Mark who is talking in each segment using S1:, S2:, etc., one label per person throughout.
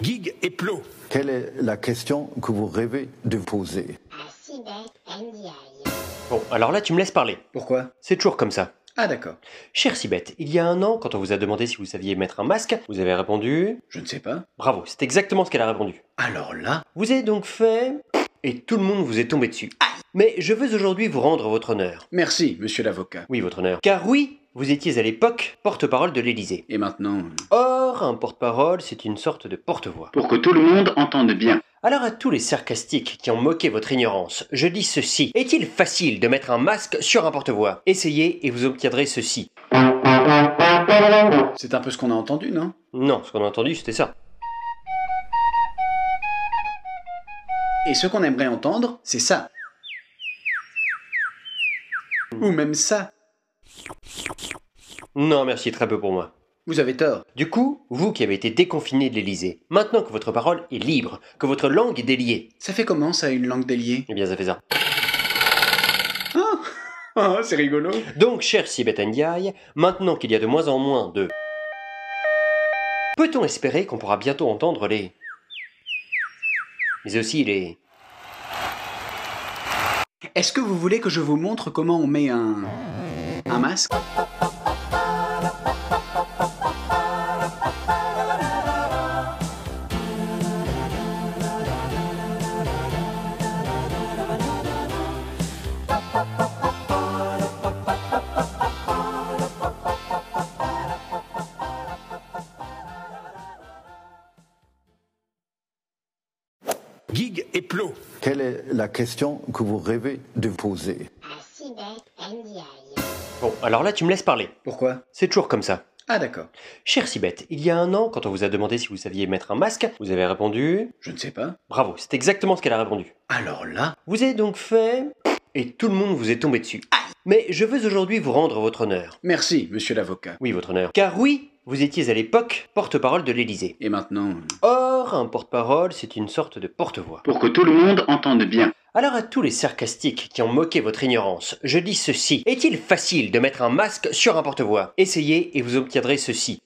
S1: Guigues et Plot.
S2: Quelle est la question que vous rêvez de poser
S3: Bon, alors là, tu me laisses parler.
S4: Pourquoi
S3: C'est toujours comme ça.
S4: Ah d'accord.
S3: Cher Sibeth, il y a un an, quand on vous a demandé si vous saviez mettre un masque, vous avez répondu
S4: Je ne sais pas.
S3: Bravo, c'est exactement ce qu'elle a répondu.
S4: Alors là,
S3: Vous avez donc fait. Et tout le monde vous est tombé dessus. Aïe Mais je veux aujourd'hui vous rendre votre honneur.
S4: merci, monsieur l'avocat.
S3: Oui, votre honneur. Car oui, vous étiez à l'époque porte-parole de l'Élysée.
S4: Et maintenant, euh,
S3: Or, un porte-parole, c'est une sorte de porte-voix.
S4: pour que tout le monde entende bien.
S3: Alors à tous les sarcastiques qui ont moqué votre ignorance, je dis ceci. Est-il facile de mettre un masque sur un porte-voix Essayez et vous obtiendrez ceci.
S4: C'est un peu ce qu'on a entendu, non
S3: Non, ce qu'on a entendu, c'était ça.
S4: Et ce qu'on aimerait entendre, c'est ça. Ou même ça.
S3: Non, merci, très peu pour moi.
S4: Vous avez tort.
S3: Du coup, vous qui avez été déconfiné de l'Élysée, maintenant que votre parole est libre, que votre langue est déliée,
S4: Ça fait comment ça, une langue déliée
S3: eh bien ça fait ça.
S4: Oh, c'est rigolo.
S3: Donc, cher Sibeth Ndiaye, maintenant qu'il y a de moins en moins de... Peut-on espérer qu'on pourra bientôt entendre les... Mais aussi les...
S4: Est-ce que vous voulez que je vous montre comment on met un... un masque
S1: Guigues et Plot.
S2: Quelle est la question que vous rêvez de poser
S3: Bon, alors là, tu me laisses parler.
S4: Pourquoi
S3: C'est toujours comme ça.
S4: Ah d'accord.
S3: Cher Sibeth, il y a un an, quand on vous a demandé si vous saviez mettre un masque, vous avez répondu...
S4: Je ne sais pas.
S3: Bravo, c'est exactement ce qu'elle a répondu.
S4: Alors là,
S3: Vous avez donc fait... Et tout le monde vous est tombé dessus. Mais je veux aujourd'hui vous rendre votre honneur.
S4: merci, monsieur l'avocat.
S3: Oui, votre honneur. Car oui, vous étiez à l'époque porte-parole de l'Élysée.
S4: Et maintenant, euh,
S3: Or, un porte-parole, c'est une sorte de porte-voix.
S4: pour que tout le monde entende bien.
S3: Alors à tous les sarcastiques qui ont moqué votre ignorance, je dis ceci. Est-il facile de mettre un masque sur un porte-voix Essayez et vous obtiendrez ceci.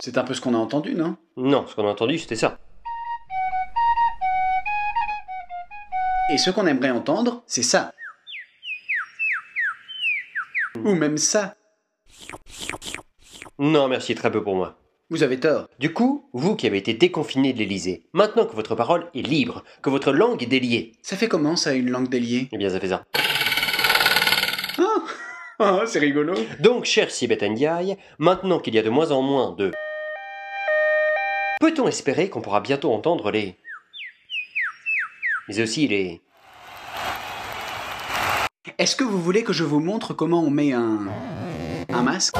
S4: C'est un peu ce qu'on a entendu, non
S3: Non, ce qu'on a entendu, c'était ça.
S4: Et ce qu'on aimerait entendre, c'est ça. Ou même ça.
S3: Non, merci, très peu pour moi.
S4: Vous avez tort.
S3: Du coup, vous qui avez été déconfiné de l'Élysée, maintenant que votre parole est libre, que votre langue est déliée,
S4: Ça fait comment ça, une langue déliée
S3: eh bien ça fait ça.
S4: Oh, c'est rigolo.
S3: Donc, cher Sibeth Ndiaye, maintenant qu'il y a de moins en moins de... Peut-on espérer qu'on pourra bientôt entendre les... Mais aussi les...
S4: Est-ce que vous voulez que je vous montre comment on met un... un masque